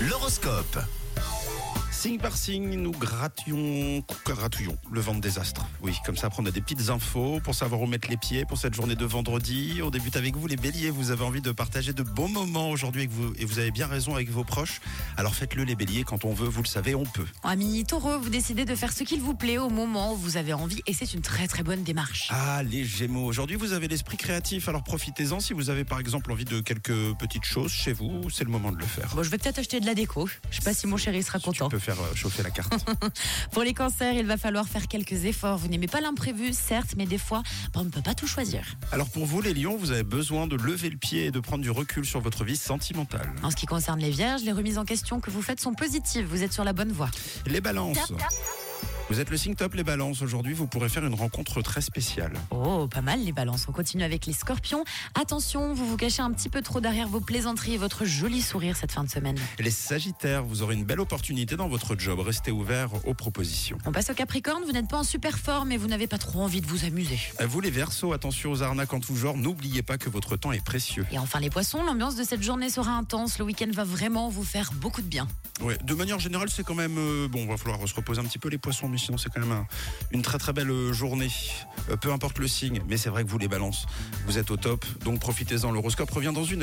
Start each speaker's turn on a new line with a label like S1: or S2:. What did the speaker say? S1: L'horoscope. Signe par signe, nous grattions, gratouillons le ventre des astres. Oui, comme ça, après, on a des petites infos pour savoir où mettre les pieds pour cette journée de vendredi. On débute avec vous, les béliers. Vous avez envie de partager de bons moments aujourd'hui avec vous et vous avez bien raison avec vos proches. Alors faites-le, les béliers. Quand on veut, vous le savez, on peut.
S2: Amis taureaux, vous décidez de faire ce qu'il vous plaît au moment où vous avez envie et c'est une très très bonne démarche.
S1: Ah, les Gémeaux, aujourd'hui vous avez l'esprit créatif, alors profitez-en si vous avez par exemple envie de quelques petites choses chez vous, c'est le moment de le faire.
S2: Bon, je vais peut-être acheter de la déco. Je sais pas si mon chéri sera
S1: Tu
S2: content.
S1: peux faire euh, chauffer la carte.
S2: Pour les cancers, il va falloir faire quelques efforts. Vous n'aimez pas l'imprévu, certes, mais des fois, bah, on ne peut pas tout choisir.
S1: Alors pour vous, les lions, vous avez besoin de lever le pied et de prendre du recul sur votre vie sentimentale.
S2: En ce qui concerne les vierges, les remises en question que vous faites sont positives. Vous êtes sur la bonne voie.
S1: Les balances. Vous êtes le signe top, les balances. Aujourd'hui, vous pourrez faire une rencontre très spéciale.
S2: Oh, pas mal les balances. On continue avec les scorpions. Attention, vous vous cachez un petit peu trop derrière vos plaisanteries et votre joli sourire cette fin de semaine.
S1: Les sagittaires, vous aurez une belle opportunité dans votre job. Restez ouvert aux propositions.
S2: On passe au Capricorne, vous n'êtes pas en super forme et vous n'avez pas trop envie de vous amuser.
S1: À vous, les versos, attention aux arnaques en tout genre. N'oubliez pas que votre temps est précieux.
S2: Et enfin les poissons, l'ambiance de cette journée sera intense, le week-end va vraiment vous faire beaucoup de bien.
S1: Ouais, de manière générale, c'est quand même euh, bon. Va falloir se reposer un petit peu les poissons, mais sinon c'est quand même un- une très très belle euh, journée. Euh, peu importe le signe, mais c'est vrai que vous les balances, vous êtes au top. Donc profitez-en. L'horoscope revient dans une heure.